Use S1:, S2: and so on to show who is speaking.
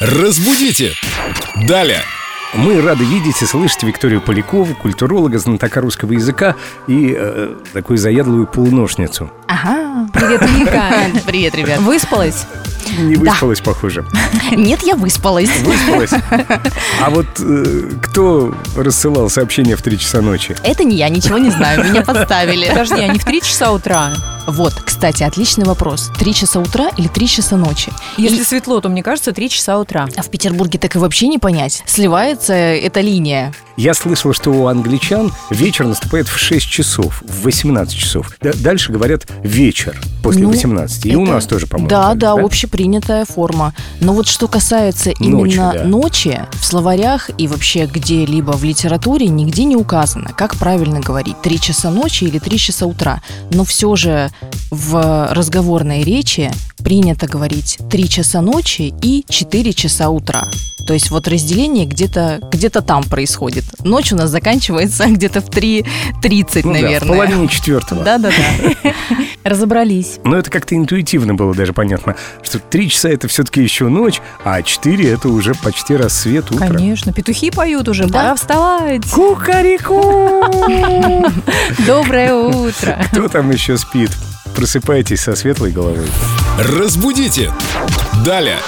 S1: Разбудите! Далее!
S2: Мы рады видеть и слышать Викторию Полякову, культуролога, знатока русского языка и э, такую заядлую полуношницу.
S3: Ага, привет, Вика.
S4: Привет, ребят.
S3: Выспалась?
S2: Не выспалась, похоже.
S4: Нет, я выспалась.
S2: Выспалась. А вот э, кто рассылал сообщения в 3 часа ночи?
S4: Это не я, ничего не знаю, меня подставили.
S3: Подожди, а не в 3 часа утра?
S4: Вот, кстати, отличный вопрос. Три часа утра или три часа ночи?
S3: Если светло, то, мне кажется, 3 часа утра.
S4: А в Петербурге так и вообще не понять. Сливается эта линия.
S2: Я слышал, что у англичан вечер наступает в 6 часов, в 18 часов. Д- Дальше говорят вечер после
S4: Ну,
S2: 18. И у
S4: Это-
S2: нас тоже, по-моему.
S4: Да,
S2: так,
S4: да, общепринятая форма. Но вот что касается именно
S2: Ночью, да.
S4: ночи, в словарях и вообще где-либо в литературе нигде не указано, как правильно говорить, три часа ночи или три часа утра. Но все же в разговорной речи принято говорить три часа ночи и четыре часа утра. То есть вот разделение где-то где там происходит. Ночь у нас заканчивается где-то в 3.30,
S2: Ну да, в
S4: наверное.
S2: половине четвертого.
S4: Да-да-да.
S3: Разобрались.
S2: Но это как-то интуитивно было даже понятно, что 3 часа это все-таки еще ночь, а 4 это уже почти рассвет утра.
S3: Конечно, петухи поют уже,
S4: Да.
S3: пора вставать.
S2: Кукареку!
S3: Доброе утро.
S2: Кто там еще спит? Просыпайтесь со светлой головой.
S1: Разбудите! Далее!